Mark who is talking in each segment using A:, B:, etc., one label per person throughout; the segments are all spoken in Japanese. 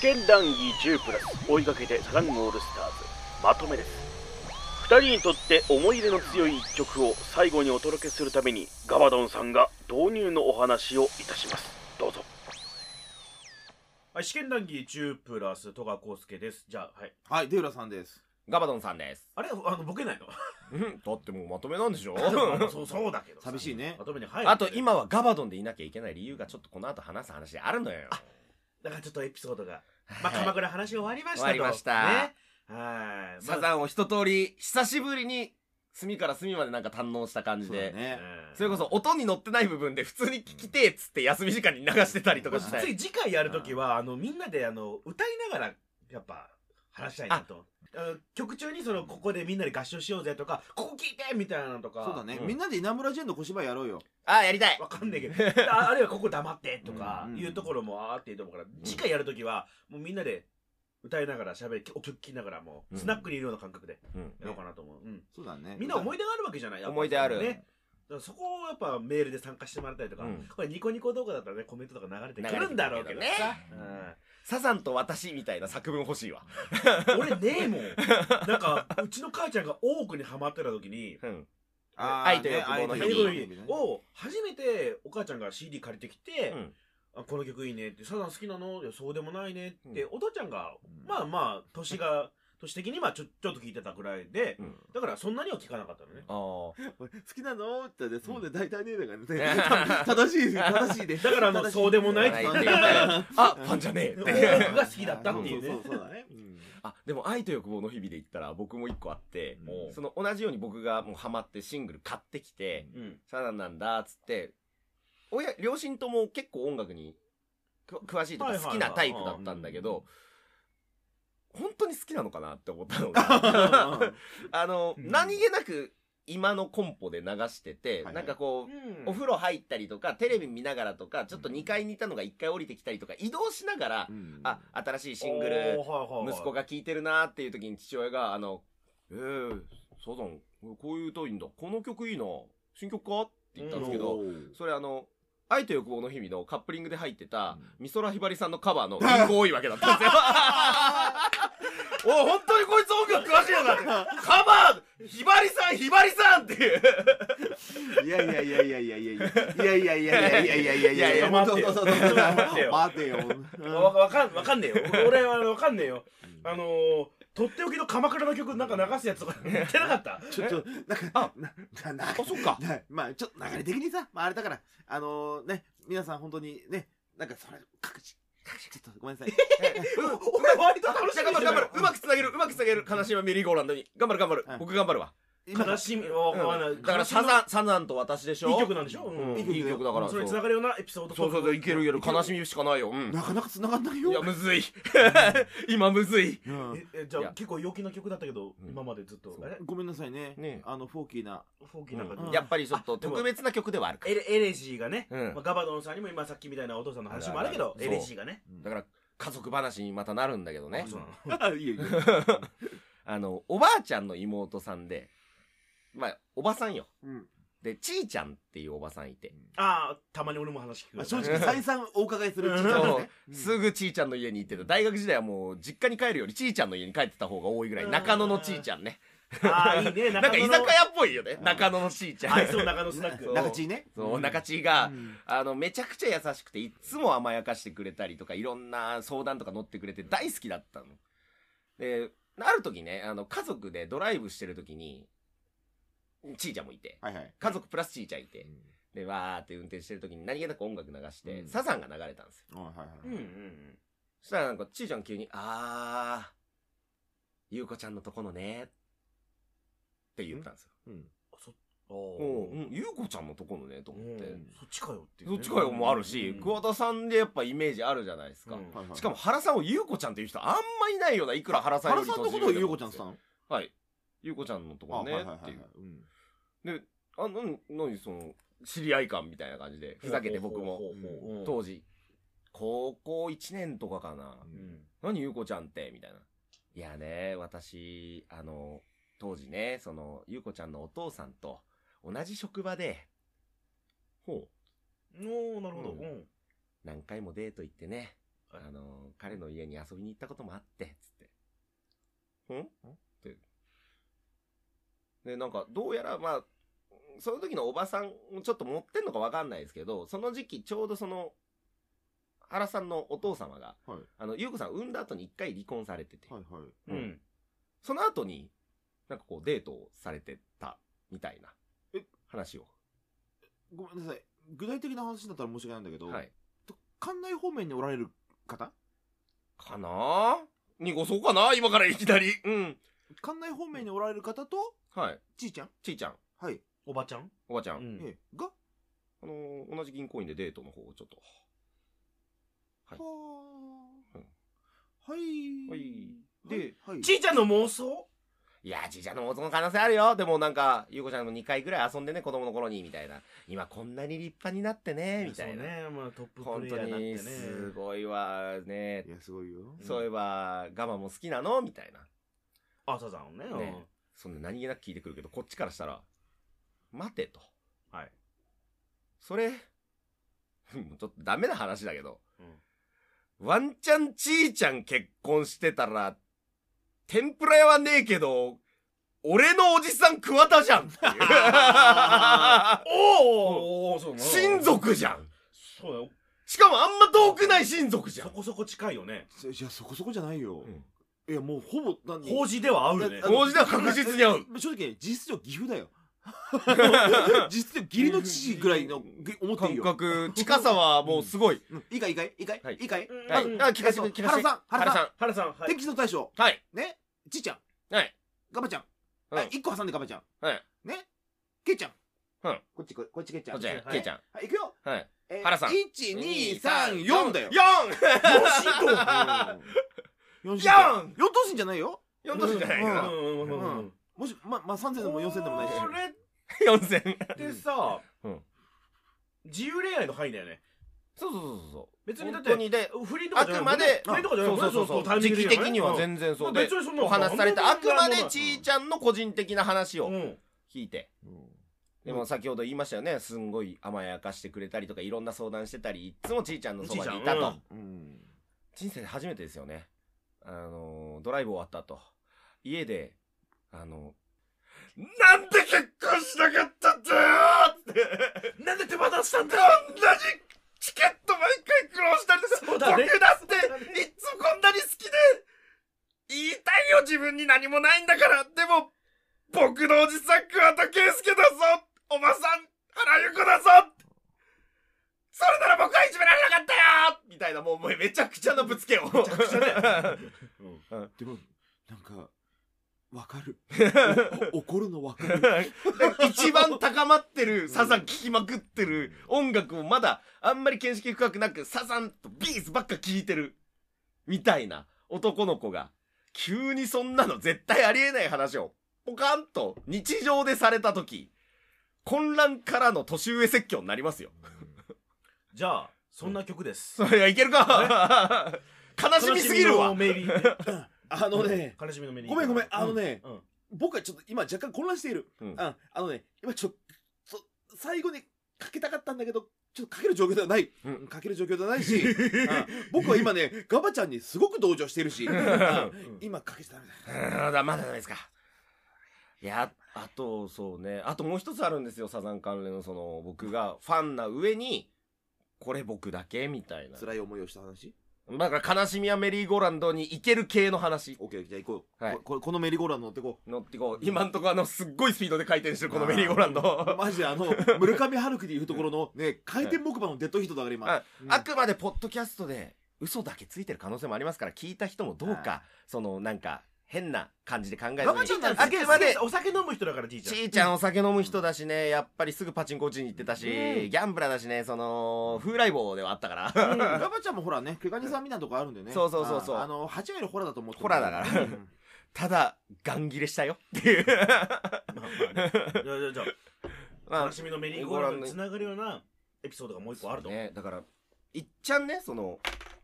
A: 剣談義10プラス追いかけてサガンオールスターズまとめです2人にとって思い入れの強い一曲を最後にお届けするためにガバドンさんが導入のお話をいたしますどうぞ
B: はい、試験談義10プラス、戸川康介です。じゃあ、はい。
C: はい、出浦さんです。
D: ガバドンさんです。
B: あれあの、ボケない の
D: うん、だってもうまとめなんでしょ
B: まあそう、そうだけどさ。
C: 寂しいね
B: まとめに入る。
D: あと、今はガバドンでいなきゃいけない理由がちょっとこの後話す話であるのよ。
B: だからちょっとエピソードが。ま
D: は
B: あ、
D: い
B: 鎌倉話終わりましたと。
D: 終わりました
B: ね。はい。
D: サ
B: ン
D: ザンを一通り、久しぶりに、隅から隅までなんか堪能した感じ
C: そうだ
D: で。
C: ね。
D: それこそ音に乗ってない部分で普通に聞きてえっつって休み時間に流してたりとかし
B: まあ
D: て
B: 次、次回やるときは、あの、みんなで、あの、歌いながら、やっぱ、話したいなと。あの曲中に、その、ここでみんなで合唱しようぜとか、ここ聞いてみたいなのとか。
C: そうだね、
D: うん
C: みんなで稲村ジェンの小芝居やろうよ。
D: ああ、やりたい
B: わかんないけど、 ああるいはここ黙ってとか
C: うん
B: いうところもあーっていいと思うから、次回やるときは、もうみんなで歌いながら喋り、お曲聴きながらもう、
D: うん
B: スナックにいるような感覚で
D: うん
B: やろうかなと思う。うん
C: そうだね。
B: みんな思
C: い
B: い出があるわけじゃない
D: 思い出ある
B: ね。だからそこをやっぱメールで参加してもらったりとか、
D: うん
B: これニコニコ動画だったらね、コメントとか流れてく
D: 流れてくる
B: るんだろうけどさ。
D: サザンと私みたいな作文欲しいわ。
B: うん俺ねえもん。なんか、うちの母ちゃんが多くにハマってた時に、
D: うん。
C: あ
D: 愛
C: ー
D: と
C: ね
D: 欲望の
C: 愛
D: 日
C: と
B: 英
C: 欲
B: 語
C: 望の
B: の日
C: 日ね
B: を初めてお母ちゃんが CD 借りてきて、
D: うん
B: あこの曲いいねって、サザン好きなのいやそうでもないねって、
D: う
B: お父ちゃんが、
C: うん
B: まあまあ、年が、年的にまあちょちょっと聞いてたぐらいで、
D: うん。
B: だからそんなには聞かなかったのね。
D: ああ。
C: 好きなのって言ったらね、そうね、大体ねえだからね。 正しい、正しいで。
B: だからあの
C: 正し
B: そうでもない
D: って
C: 正し
D: 言っ
C: い
D: てあ、ファンじゃねえっ
B: 音
D: て。
B: 楽が好きだったっていうね。
C: そうそうそうだね。うん
D: あ、でも愛と欲望の日々で言ったら僕も一個あって、
B: うん
D: その同じように僕がもうハマってシングル買ってきて、
B: うん。
D: サザンなんだっつって、親、両親とも結構音楽にく詳しいと
B: は
D: か
B: いはいは
D: 好
B: い
D: きなタイプだったんだけど、本当に好きなのかなって思ったの
C: うんう
D: が
C: ん、
D: あの、
B: うん
D: 何気なく今のコンポで流してて、
C: はいはい
D: なんかこう、
B: うん
D: お風呂入ったりとか、テレビ見ながらとか、ちょっと2階にいたのが1階降りてきたりとか、移動しながら、
C: うん
D: あ、新しいシングル
B: おーはいはいはい
D: 息子が聴いてるなーっていう時に父親が、あの、えー、サザン、こういう歌いいんだ。この曲いいな。新曲かって言ったんですけど、
C: おー
D: それあの、愛と欲望の日々のカップリングで入ってた
C: う、
D: 美空ひばりさんのカバーのリンゴ多いわけだ ったんですよ。おい、本当にこいつ音楽詳しいのかってカバーひばりさんひばりさんっていう。
C: いやいやいやいやいやいやいやいやいやいやいやいやいやいやいや
D: いやいや
B: 待てよ
C: そうそうそうそう
B: 待て よ
C: 待てよ
B: わわかん、わかんねえよ。俺はわかんねえよ。あのー、とっておきの鎌倉の曲なんか流すやつと か言ってなかった。
C: ちょっとなんか
D: あ
C: ななな
D: あ、そっか。
C: なまあちょっと流れ的にさ、まあ、あれだからあのね皆さん本当にねなんかそれ各自各自ちょっとごめん なさい
B: 俺割と楽し
D: じゃあ
B: み
D: 頑
B: にしてた
D: 張る頑張
B: よ
D: る。うまくつなげる。うまくつなげる。悲しみはメリーゴーランドに。頑張る頑張る
C: う。ん
D: 僕頑張るわ。
B: 悲しみ、わかんない
D: だからサザン、サザンと私でしょ
B: いい曲なんでしょうん
D: いい曲だから。
B: それに繋がるようなエピソード
D: そうそうそう、いけるいける。悲しみしかないよ。うん。
C: なかなか繋がんないよ
D: いや、むずい。今むずい。
C: うん
B: ええじゃ
D: い
B: あ
D: や
B: 結構陽気な曲だったけど、
D: うん
B: 今までずっと
D: そう
B: あれ
C: ごめんなさいね
D: ね
C: あのフォーキー な
B: フォーキーな感じ、
C: うん
D: やっぱりちょっ
B: あ
D: と
B: でも
D: 特別な曲ではあるか
B: エ
D: ら。
B: レエレジーがね、
D: うん
B: まあ、ガバドンさんにも今さっきみたいなお父さんの話もあるけど
D: あるある
B: エレジーがね
D: だから、家族話にまたなるんだけどね
B: あ。そうなの
C: らいいよいいよ
D: あの、おばあちゃんの妹さんで、まあ、おばさんよ。
C: うん
D: で、ちーちゃんっていうおばさんいて。
B: ああたまに俺も話聞く
C: ま
B: よ
C: あ正直再三お伺いするちっちゃい
D: そう
C: ね
D: すぐちーちゃんの家に行ってた。大学時代はもう、実家に帰るよりちーちゃんの家に帰ってた方が多いぐら
B: う
D: い。
B: ん
D: 中野のちーちゃんね。
B: ああいいね
D: なん
B: 中
D: か居
B: 野
D: 酒
B: の
D: 屋っぽいよね。中野のちーちゃ
B: 合
D: ん
B: い。そう中野スナ ック
C: 中地ね
D: そう、中地
C: う
D: が、
C: ん
D: あの、めちゃくちゃ優しくて、いっつも甘やかしてくれたりとか、いろんな相談とか乗ってくれて大好きだったの。で、ある時ね、あの、家族でドライブしてる時に、ちーちゃんもいて、
C: はいはい
D: 家族プラスちーちゃんいて
C: う、ん
D: で、わーって運転してる時に何気なく音楽流して、
C: うん
D: サザンが流れたんですよ。
C: はいは
B: う
C: い
B: ん
C: はい
B: うんうん
D: そしたらなんか、ちーちゃん急に、あー、ゆうこちゃんのとこのね、って言ったんですよ。
C: うん
B: お
D: おう
B: ー
D: うん、ゆうこちゃんのとこのね、と思って。
B: うんそっちかよっていう
D: そ
B: ね、
D: っちかよもあるし、
B: うん
D: 桑田さんでやっぱイメージあるじゃないですか。
B: うん
C: はいはい
D: しかも原さんを優子ちゃんっていう人あんまいないようないくら原さんよ
C: 原
D: り
C: さんのことをゆうこちゃんって言って
D: たのはい。優子ちゃんのと
C: たの
D: こね
C: あはい
D: っ
C: は
D: て
C: い
D: い
C: は
D: う。
C: いうん
D: あ、なに、なにその、知り合い感みたいな感じで、ふざけて僕
B: ほう
D: も、
B: ほうほうほう
D: 当時、高校1年とかかな。
B: うん
D: 何優子ちゃんってみたいな。いやね、私、あの、当時ね、その、優子ちゃんのお父さんと同じ職場で、ほう、
B: おーなるほど、
D: うん
B: うん
D: 何回もデート行ってね、あの、彼の家に遊びに行ったこともあって、つって。んって。で、なんか、どうやら、まあ、その時のおばさん、ちょっと持ってんのかわかんないですけど、その時期、ちょうどその、原さんのお父様が、
C: はい
D: あの、ゆうこさん産んだ後に一回離婚されてて、。
C: はいはいう
D: ん。その後に、なんかこう、デートをされてた、みたいな、
C: え
D: 話を。
C: ごめんなさい。具体的な話になったら申し訳ないんだけど、
D: はい。
C: と館内方面におられる方
D: かなぁ濁そうかな今からいきなり。うん。
C: 館内方面におられる方と、
D: はい。
C: ちいちゃん
D: ちいちゃん、
C: はい。
B: おばちゃん
D: おばちゃん。
B: うん
C: ええが、
D: あのー同じ銀行員でデートの方をちょっと。は
C: は
D: い
C: あ
D: うん
C: はい。
D: はいで
C: で、はい
B: ちいちゃんの妄想
D: いや、ちいちゃんのもその可能性あるよ。でもなんか、ゆうこちゃんも2回ぐらい遊んでね、子供の頃に、みたいな。今こんなに立派になってね、みたいな。
B: そうね、まあ、トッププ
D: 本
B: レイヤ
D: 当
B: ーになって
D: に、
B: ね
D: すごいわ、ね
C: い。や、すごいよ。
D: そういえば、ガマも好きなのみたいな。
B: あサザンをね
D: ねそんな何気なく聞いてくるけど、こっちからしたら、待てと。
B: はい。
D: それ、も うちょっとダメな話だけど、
B: うん
D: ワンチャンちーちゃん結婚してたら、天ぷら屋はねえけど、俺のおじさん桑田じゃんっていう
B: おお、そうなの
D: 親族じゃん
B: そうよ
D: しかもあんま遠くない親族じゃ
B: そ
D: ん
B: こそこ近いよね
C: そいや、そこそこじゃないよ
D: う。ん
C: いや、もうほぼ、何
B: 法事では合うよね
C: あの
D: 王子では確実に合う
C: 正直、事実上岐阜だよ。実質上義理の父ぐらいの、ぐ思っていい
D: 感
C: よ。
D: 覚、近さはもうすごい。
C: うんいいかいいかいいいかい
D: はい
C: いいかい
B: うん
D: はい。
B: うん
D: あ、聞かせて、聞か
C: 原
D: せて。
C: さん、原さん、
B: 原さんは
C: 天気の大将、
D: ん。はい。
C: ね、ちいちゃん、
D: はい。
C: ガバちゃん、
D: うん
C: あ一個挟んでガバちゃん、
D: はい。
C: ね、けいちゃん。
D: うん
C: こっち、ここっちけいちゃん。
D: こっちや、
B: はい
D: けいちゃん。
C: はい、いくよ。
D: はい。
C: えー
D: 原さん
C: 1、2、3、4だよ。
D: 4!
C: 4
D: 四
C: 四等身じゃないよ。
D: 4年じゃない
B: うん
D: か
C: う
D: な。
B: うんうんうんうん
C: もし、ま、まあ、3000でも4000でもないし。
B: これ
D: 4000。
B: ってさ
D: うん
B: 自由恋愛の範囲だよね
D: そうそうそうそう。
B: 別にだって
D: 本当にで、
B: 不倫とか
D: あ
B: じゃな
D: く
B: い
D: まで、
B: 不倫とかじゃない
D: そうそうそう
B: タ
D: そ
B: イ
D: う。
B: ミン
D: 時
B: グ
D: 期
B: 的
D: 的
B: に
D: には全然そうで
B: 別、にそんな
D: お話しされた、あくまで
B: い
D: ちいちゃんの個人的な話
B: う
D: を
B: ん
D: 聞いて。
C: うん
D: でも先ほど言いましたよね、すんごい甘やかしてくれたりとか、いろんな相談してたり、いつもちいちゃんのそばにいた
B: ちいちゃ
D: と
B: んうん。
C: うん。
D: 人生で初めてですよね。あの、ドライブ終わった後、家で、あの、なんで結婚しなかったんだよって。
B: なんで手放したんだ
D: 同じチケット毎回苦労したりです
B: そうだね
D: 僕だっ
B: そうだね
D: ていっつもこんなに好きで言いたいよ自分に何もないんだからでも僕のおじさん桑田佳祐だぞおばさん原由子だぞそれなら僕はいじめられなかったよみたいなもうもうめちゃくちゃのぶつけをめちゃくちゃ だよ
C: でも、なんか、わかる。 お怒るのわかる。
D: 一番高まってるサザン聴きまくってる音楽をまだあんまり見識深くなくサザンとビーズばっか聴いてるみたいな男の子が急にそんなの絶対ありえない話をポカンと日常でされた時混乱からの年上説教になりますよ。
B: じゃあそんな曲です
D: そりゃいけるか悲しみすぎるわ
B: 悲しみのメリ ー
C: あのね、
B: 悲しみのメリー
C: ごめんごめん、あのね、
B: うん
C: 僕はちょっと今若干混乱している。
D: うん
C: うんあのね、今ちょっと、最後にかけたかったんだけど、ちょっとかける状況ではない。
D: うん
C: かける状況ではないし、うん僕は今ね、ガバちゃんにすごく同情しているし、うん今かけちゃダメだ。
D: うんだまだダメですか。いや、あと、そうね。あともう一つあるんですよ、サザン関連のその、僕がファンな上に、これ僕だけみたいな。
C: 辛い思いをした話
D: だから、悲しみやメリーゴーランドに行ける系の話。
C: オッケーじゃあ行こう、
D: はい
C: こここのメリーゴーランド乗ってこ
D: 乗ってこう。今んとこあの、すっごいスピードで回転してる、このメリーゴーラン
C: う
D: ド。
C: マジであの 村上春樹でいうところのね回転木馬のデッドヒートだから今、
D: はい
C: うん
D: あくまで、ポッドキャストで、嘘だけついてる可能性もありますから、聞いた人もどう
C: は
D: か、その、なんか、変な感じで考えずに。
B: ガマちゃんなんて
D: あくまで、
B: お酒飲む人だからじいちゃん
D: ちいちゃんお酒飲む人だしね、やっぱりすぐパチンコ打ちに行ってたし、
B: うん
D: ギャンブラーだしね、その、風来坊ではあっ たから。
C: うんガバちゃんもほらね毛ガニさんみたいなとこあるんだよね
D: そうそうそうそう
C: ああの8割ホラだと思って
D: ホラだから
C: うん
D: ただ、ガン切れしたよって いう。
B: まあまあねじゃあじゃあ じゃあ
D: ま
B: 悲しみのメリーゴーランドにつながるようなエピソードがもう一個あると。
D: ね、だから、いっちゃんね、その、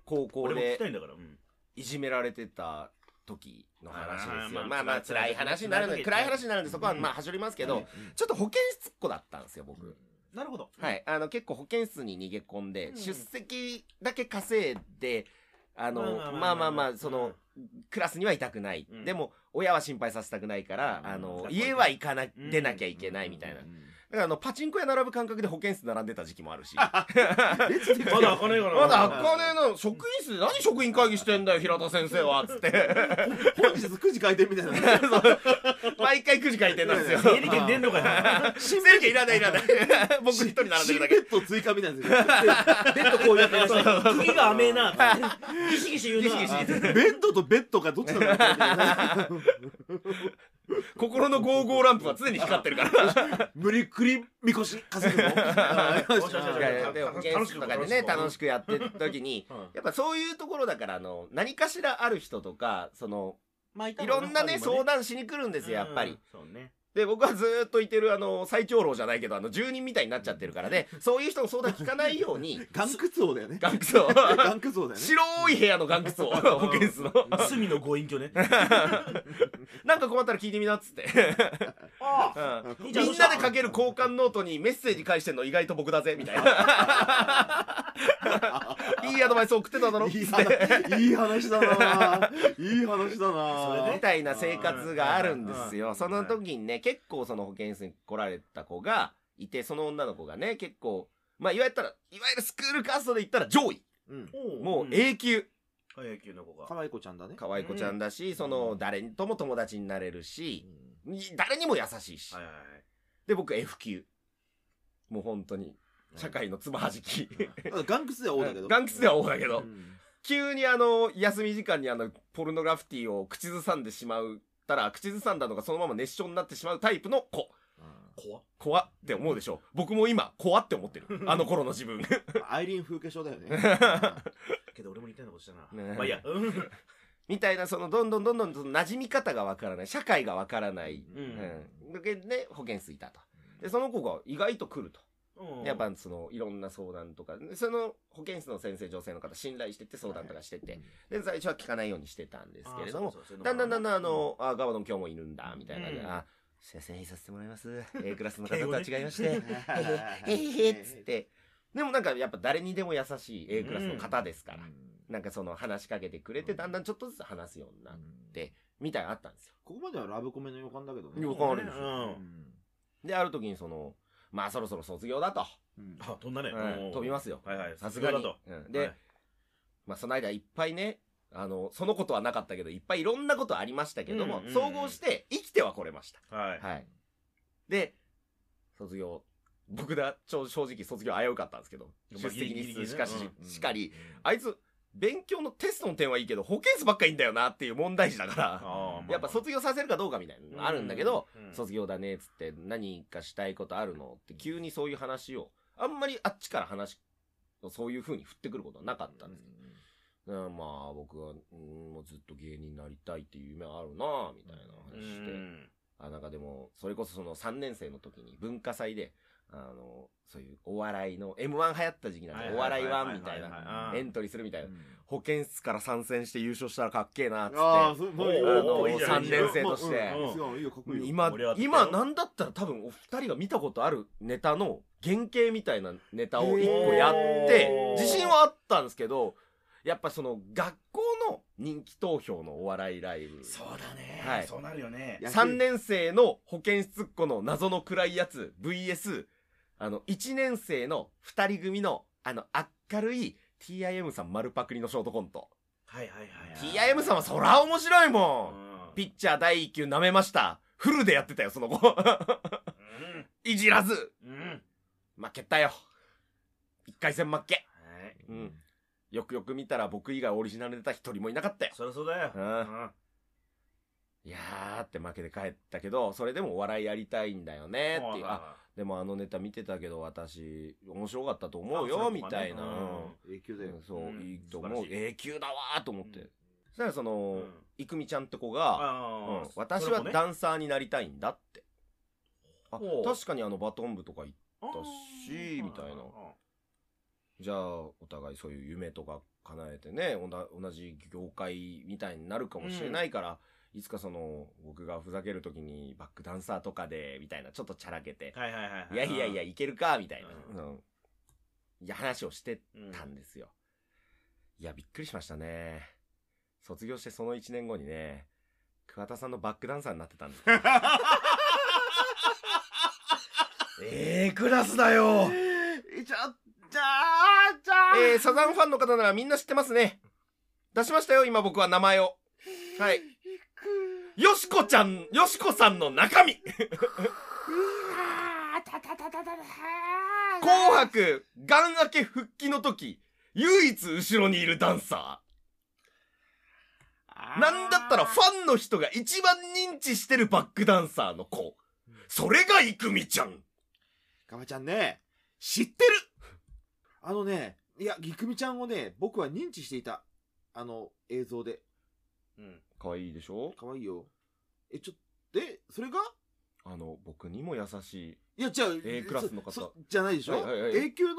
D: 高校
B: 俺も聞きたい
D: で
B: んだから。うん
D: いじめられてた時の話ですよ。
B: あーまあ
D: まあまあ、辛い話になるので、
B: 辛
D: 暗
B: い
D: い話になるんで、そこはまあ、はしょりますけど、ちょっと保健室っ子だったんですよ、僕。
B: なるほど。
D: はい、あの結構保健室に逃げ込んで、
B: うん
D: 出席だけ稼いであの、
B: まあまあまあ
D: まあまあまあ、その、クラスには痛くない。
B: うん
D: でも、親は心配させたくないから、あ
B: うん
D: の、
B: 学校に
D: 家は行かな、
B: ん
D: 出なきゃいけないみたいな。だ
C: な。
D: から、あの、パチンコ屋並ぶ感覚で保健室並んでた時期 もあるし。
C: レジで
B: まだ開かねえから
D: まだ開かねえの、職員室で何職員会議してんだよ、平田先生は、つって。
C: 本日9時開店みたいな。
D: 毎回くじ書いてんですよ。
B: 整理券出んのかよ
D: 新ベルいらないいらない。僕一人並んでるだけ
C: 新。ベッド追加みたいな や
B: ベッドこうやってらっしゃい釘が甘えなギシギシ言うな
D: ギシギシ言
C: つ。
D: う
C: ベッドとベッドがどっちなのかみたいなね
D: 心のゴーゴーランプは常に光ってるから。
C: 無理くりみこし稼ぐの
B: いやいや
D: でも保健室とかでね、楽しくやってる時に、 やっぱそういうところだから、あの、何かしらある人とか、その、
B: まあいた
D: い
B: わ
D: ろんな
B: 他
D: ね、
B: にも
D: 相談しに来るんですよ、やっぱ
B: うん
D: り。
B: そうね
D: で、僕はずーっといてる、あの、最長老じゃないけど、あの、住人みたいになっちゃってるからね、そういう人の相談聞かないように、
C: ガンクツ王だよね。
D: ガンクスを、
C: ガンクツ王だよね。
D: 白い部屋のガンクスを、保健室の。
B: 隅のご隠居ね
D: なんか困ったら聞いてみなっつって。
B: ああ
D: うん
B: み
D: みんなで書ける交換ノートにメッセージ返してんの意外と僕だぜ、みたいな。いいアドバイス送ってただろっつ
C: いい
D: って。
C: 話いい話だな。いい話だ
B: それ
C: な。
B: ね
D: みたいな生活があるんです
B: うんうんう
D: よ。
B: ん
D: その時にね、結構その保健室に来られた子がいて、その女の子がね、結構、まあ、いわゆったら、いわゆるスクールカーストで言ったら上位。
C: うん。
D: もう
B: え
D: A 級。
B: 野球の子が
C: 可愛い子ちゃんだね。
D: 可愛い子ちゃんだし、その、誰とも友達になれるし、誰にも優しいし
B: は。いはいはい
D: で、僕 F 級。もう本当に、社会のつまはじき。
C: うんガンクツでは王だけど。
D: ガンクスでは王だけど
C: う。ん
D: 急にあの、休み時間にあの、ポルノグラフィティを口ずさんでしまうたら、口ずさんだのがそのまま熱唱になってしまうタイプの子。
B: 怖っ
D: 怖って思うでしょ。僕も今、怖って思ってる。 あの頃の自分。
C: アイリーン風化粧だよね。
B: けど俺も似たようなことしたな
D: ねえ
B: まあいい やうん
D: みたいな、その、どんどんどんどん、その馴染み方がわからない。社会がわからない。
B: う
D: うんん。だけどね、保健室いたと。で、その子が意外と来ると。やっぱ、その、いろんな相談とか、その、保健室の先生、女性の方、信頼してって相談とかしてて。で、最初は聞かないようにしてたんですけれども、だんだんだんだんあの、あ、ガバドン今日もいるんだ、みたいな、
B: うん
D: あ、すいません、挨拶させてもらいます。A クラスの方
B: 敬
D: と
B: 語
D: は
B: ね
D: 違いまして、へへへへっつって。でもなんかやっぱ誰にでも優しい A クラスの方ですから、なんかその話しかけてくれて、だんだんちょっとずつ話すようになる、みたいなのあったんですよ。
C: ここまではラブコメの予感だけどね。
D: 予
B: 変
D: 感
B: わ
D: あ
B: る
D: る
B: ん
D: ん
B: で
D: ですす
B: よ
D: よ
B: うん
D: で、ある時にその、まあそろそろ卒業だと、
C: うん
B: あ飛んだね
D: うん
B: うん
D: 飛びますよ。
B: はいはい
D: さすがに
B: だと。
D: うんで、
B: はい
D: まあその間いっぱいね、あの、そのことはなかったけど、いっぱいいろんなことありましたけども、
B: うんうんうん
D: 総合して生きてはこれました。
B: はい
D: はい。で、卒業。僕だ、ちょ正直卒業危うかったんですけど、
B: まあ
D: 出席日数しかし、
B: ギリギリ
C: う
B: ね
C: ん
D: しかり、
C: うん
D: あいつ、勉強のテストの点はいいけど、保健室ばっかいいんだよなっていう問題児だから、
B: あー
D: やっぱ卒業させるかどうかみたいなのあるんだけど、、
B: まあまあ
D: 卒業だねっつって何かしたいことあるのって急にそういう話を、あんまりあっちから話をそういう風に振ってくることはなかったんです。うんまあ僕は、うんもうずっと芸人になりたいっていう夢あるなみたいな
B: うん
D: 話して、あなんかでも、それこそその3年生の時に文化祭で、あの、そういうお笑いの、M1 流行った時期なんで、お笑いワンみたいな、
B: な
D: エントリーするみたいな
C: う。ん
D: 保健室から参戦して優勝したらかっけえな、つ
C: ああ、
D: っ
C: そう、
B: おー
D: あの
B: いいじゃん
D: 三年生として
C: うんうんすごいいいよ、かっこいい
D: て。
C: よ。
D: 今
B: 盛り上がっ、てきたよ
D: 今なんだったら多分お二人が見たことあるネタの原型みたいなネタを一個やっ
B: へ
D: て
B: ー、
D: 自信はあったんですけど、やっぱその学校の人気投票のお笑いライブ。
B: そうだね、
D: はい
B: そうなるよね
C: いや
D: 3年生の保健室っ子の謎の暗いやつ VS、あの、1年生の2人組の、あの、明るい TIM さん丸パクリのショートコント。
B: はいはいはいはい
D: TIM さんはそら面白いもん、
B: うん
D: ピッチャー第1球舐めました。フルでやってたよ、その子。 いじらず
B: うんうんはい
D: 負けたよ。1回戦負け。うん。よくよく見たら僕以外オリジナルネタ1人もいなかったよ。
B: そりゃそうだよ、
D: うんいやーって負けて帰ったけど、それでもお笑いやりたいんだよねっていう。あでもあのネタ見てたけど私面白かったと思う
B: あそ
D: よ
B: ういう
D: み
B: こと
D: た
B: ね
D: いな、
C: 永久
D: う
C: だよ
D: ん。そう、
B: うん
D: いいと
B: 素
D: 思う
B: 晴らし
D: 永久だわーと思って、
B: うん
D: そしたらその、
B: うん
D: いくみちゃんって子が、うん
B: あー
D: 私
B: それ
D: は
B: もね
D: ダンサーになりたいんだって、あ
B: ほう
D: 確かにあのバトン部とか行っ
B: あー
D: たしみたいなじゃあお互いそういう夢とか叶えてねおな同じ業界みたいになるかもしれないから、いつかその僕がふざける時にバックダンサーとかでみたいなちょっとチャラけて
B: はいはいはい
D: いやいやいや、
B: い
D: いけるか、みたいな、
B: う
D: うんいや、話をして
B: うん
D: たんですよ。いや、びっくりしましたね。卒業してその1年後にね、桑田さんのバックダンサーになってたんです。 ええクラスだよ
C: えちょ、じゃあ、じゃあ、
D: えー、サザンファンの方ならみんな知ってますね。出しましたよ、今僕は名前を。はい。よしこちゃん、よしこさんの中身紅白、願明け復帰の時、唯一後ろにいるダンサー。なんだったらファンの人が一番認知してるバックダンサーの子。それがいくみちゃん。
C: ガマちゃんね、知ってるあのね、いや、ギクミちゃんをね、僕は認知していた。あの、映像で。
B: うん。
D: 可愛いでしょ
C: かわいいよ。え、ちょ、で、それが
D: あの、僕にも優し
C: い
D: い。
C: や、じゃあ、
D: A クラスの方
C: そじゃないでしょ、
D: はいはいはい
C: ?A 級の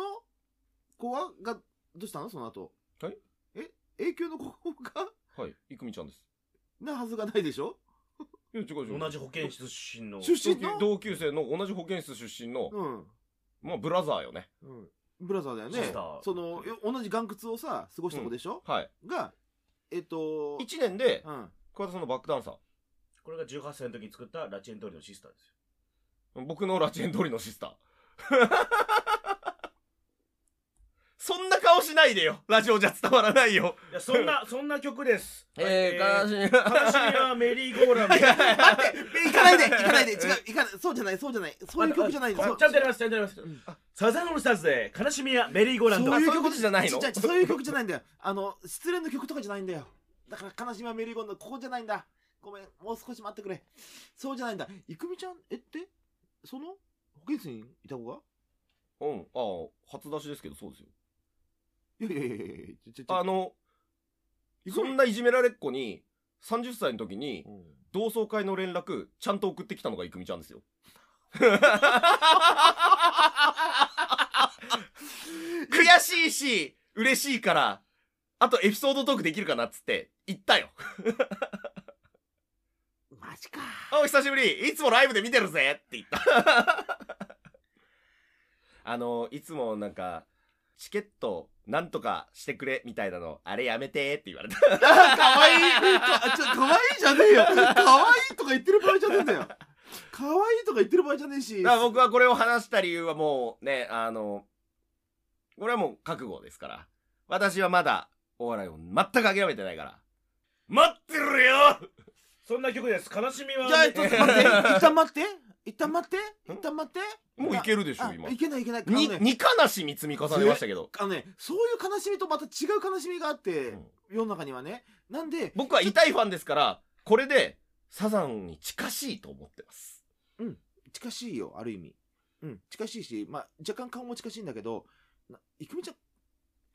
C: 子はが、どうしたのその後。
D: はい
C: え、A 級の子が、
D: はい、いくみちゃんです。
C: なはずがないでしょ
D: いや、違う違う。
B: 同じ保健室出身の。
C: 出身の
D: 同級生の同じ保健室出身の、
C: うん。
D: まあ、ブラザーよね。
C: うん。ブラザーだよ
B: シ
C: ね
B: スター。
C: その、よ同じ岩窟をさ、過ごした子でしょ、
D: はい。
C: が、えっと、
D: 1年で、
C: うん。
D: 桑田さんのバックダンサ
B: これが18歳の時に作ったラチェン通りのシスターですよ。
D: ー。僕のラチェン通りのシスター。 そんな顔しないでよ。ラジオじゃ伝わらないよ。
B: いや、そんな、そんな曲です。
D: え
B: しい。
D: ー、悲しい。
B: 悲しいはメリーゴーランド。ち
C: 行かないで行かないで違う行かないそうじゃないそうじゃないそういう曲じゃない
B: ゃんとやります、ちゃんとやります。サザンオールスターズで、悲しみやメリーゴーランド。
D: そ
C: そうう
D: い
C: いうう
D: 曲
C: 曲
D: じゃないの
C: ちっちゃそういう曲じゃないんだよあの失恋の曲とかじゃないんだよだから悲しみはメリーゴーランドここじゃないんだごめんもう少し待ってくれそうじゃないんだいくみちゃんえってその保健室にいた子が
D: うん、ああ、初出しですけど、そうですよ。
C: いやいやいやいやいやちょちょ
D: あの、
C: いく
D: そんないじめられっ子に、30歳の時に
C: う、ん
D: 同窓会の連絡、ちゃんと送ってきたのがいくみちゃん ですよ。悔しいし、嬉しいから、あとエピソードトークできるかなっつって、行ったよ。
C: マジか
D: お、久しぶりいつもライブで見てるぜって言った。 あの、いつもなんか、チケット、なんとかしてくれ、みたいなの、あれやめてって言われた。
C: かわいいかちょかわいいじゃねえよかわいいとか言ってる場合じゃねえんだよかわいいとか言ってる場合じゃねえし
D: だから僕はこれを話した理由はもうね、あの、これはもう覚悟ですから。私はまだお笑いを全く諦めてないから。待ってるよ
B: そんな曲です。悲しみは
C: じゃあ、ちょっと待って、一旦待って、一旦待って、
D: ん
C: 一旦待って。
D: もういけるでしょ、
C: あ
D: 今
C: い。けないいけない。あの
D: に、
C: ね、
D: に悲しみ積み重ねましたけど。
C: あのね、そういう悲しみとまた違う悲しみがあって、
D: うん
C: 世の中にはね。なんで、
D: 僕は痛いファンですから、これでサザンに近しいと思ってます。
C: 近しいよ、ある意味。うん、近しいし、まあ、若干顔も近しいんだけど、な郁美ちゃん、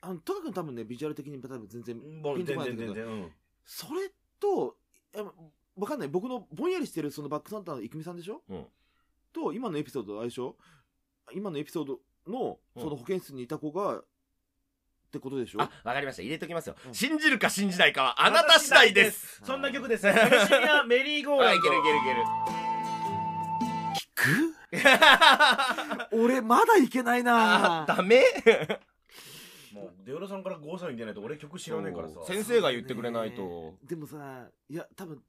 C: あの、とかくん多分ね、ビジュアル的に多分全然、
B: もう全然全然。うん
C: それと、えわかんない。僕のぼんやりしてるそのバックサンタの郁美さんでしょ
D: うん
C: と、今のエピソード、あれでしょ今のエピソードの、
D: うん
C: その保健室にいた子が、ってことでしょ
D: あ、わかりました。入れときますよ。
C: うん
D: 信じるか信じないかはあなた次第です。
B: そんな曲です。悲しみはメリーゴー
D: あ、
B: ラン
D: いけ
B: ド。
D: るいけるいける。
C: く俺まだいけない
D: あ
C: な
D: ダメ
B: もう、デオロさんからゴーサイン出ないと俺曲知らないからさ。
D: 先生が言ってくれない
C: そう
D: と。
C: でもさいや多分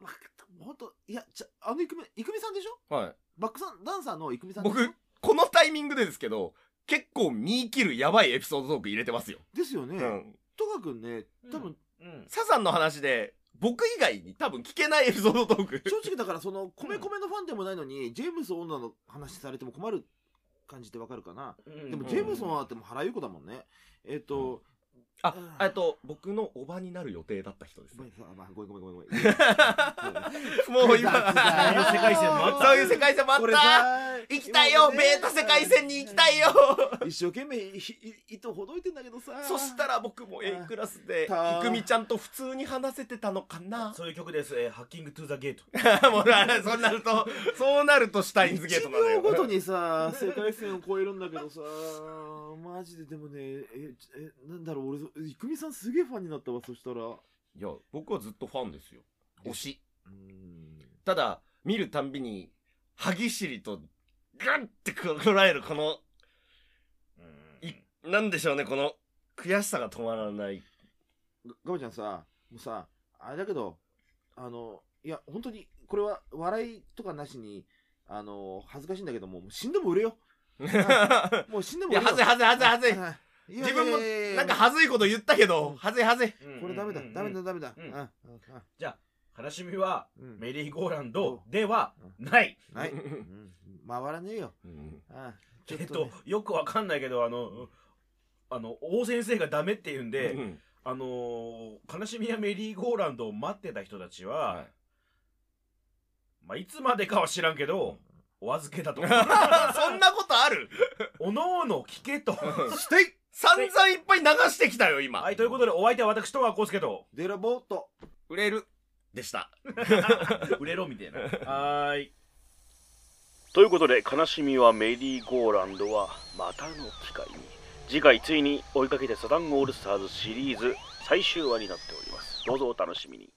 C: わかった本当いやちゃあのいくみいくみさんでしょ
D: はい。
C: バックさんダンサーのいくみさんでしょ
D: 僕、このタイミングでですけど、結構見切るやばいエピソードトーク入れてますよ。
C: ですよ
D: う
C: ね、
D: ん。
C: とかくんね多分、
B: うん。
D: サザンの話で、僕以外に多分聞けないエピソードトーク。
C: 正直だからその米米のファンでもないのに、ジェームス女の話されても困る感じってわかるかな、でもジェームス
B: ン
C: 女ってもう原由子だもんねえっ、と、
D: あ、えっと、僕のおばになる予定だった人です
C: ご
D: ね
C: め。んさあごめんごめんごめんごめんそ
D: もう
B: そういう
D: 今、
B: 世界線もあった。
D: そういう世界線もあっ
C: れ
D: た
C: さ
D: 行きたいよ、
C: 今ね
D: ベータ世界線に行きたいよ
C: 一生懸命いい糸ほどいてんだけどさ
D: そしたら僕も A クラスで、
C: あー
D: いくみちゃんと普通に話せてたのかな
B: そういう曲です。えーハッキングトゥーザゲート。
D: もうあれそうなると、そうなるとシュタインズゲー
C: 1
D: トなのよ
C: 秒。ごとにさ世界線を超えるんだけどさマジででもねええなんだろう俺そ郁美さんすげえファンになったわそしたらう
D: いや、僕はずっとファンですよ。推し。
C: ーん
D: ただ、見るたんびに、歯ぎしりと、ガンってこらえる、この、
B: うん
D: いなんでしょうね、この、悔しさが止まらない
C: ガガバちゃんさ、もうさ、あれだけど、あの、いや、本当に、これは笑いとかなしに、あの、恥ずかしいんだけども、もう死んでも売れよ。もう死んでも
D: い
C: 売れよ。
D: や、はずいはずいはずいはずい。
C: ずい
D: 自分も
C: いやいやいやいや
D: なんかはずいこと言ったけど、はずいはずい。
C: これダメだ、ダメだ、ダメだ。
B: う
C: うんん、うん、
B: じゃあ悲しみは
C: うん。
B: メリーゴーランドではない
C: はい。うん回らねえよ。うんちょ
B: えっ
C: っと
B: と
C: ね、
B: よくわかんないけどあのあの王先生がダメって言うんで、
D: うん
B: あのー悲しみやメリーゴーランドを待ってた人たちは、
D: はい
B: まあ、いつまでかは知らんけど、お預けだ と
D: い そんなことある
B: おのおの聞けと
D: してい散々いっぱい流してきたよ、今。
B: はいということでお相手は私戸川浩介と
C: デラボート。
D: 売れる。でした。
B: 売れろみたいなはーい
A: ということで悲しみはメリーゴーランドはまたの機会に次回ついに追いかけてサザンオールスターズシリーズ最終話になっておりますどうぞお楽しみに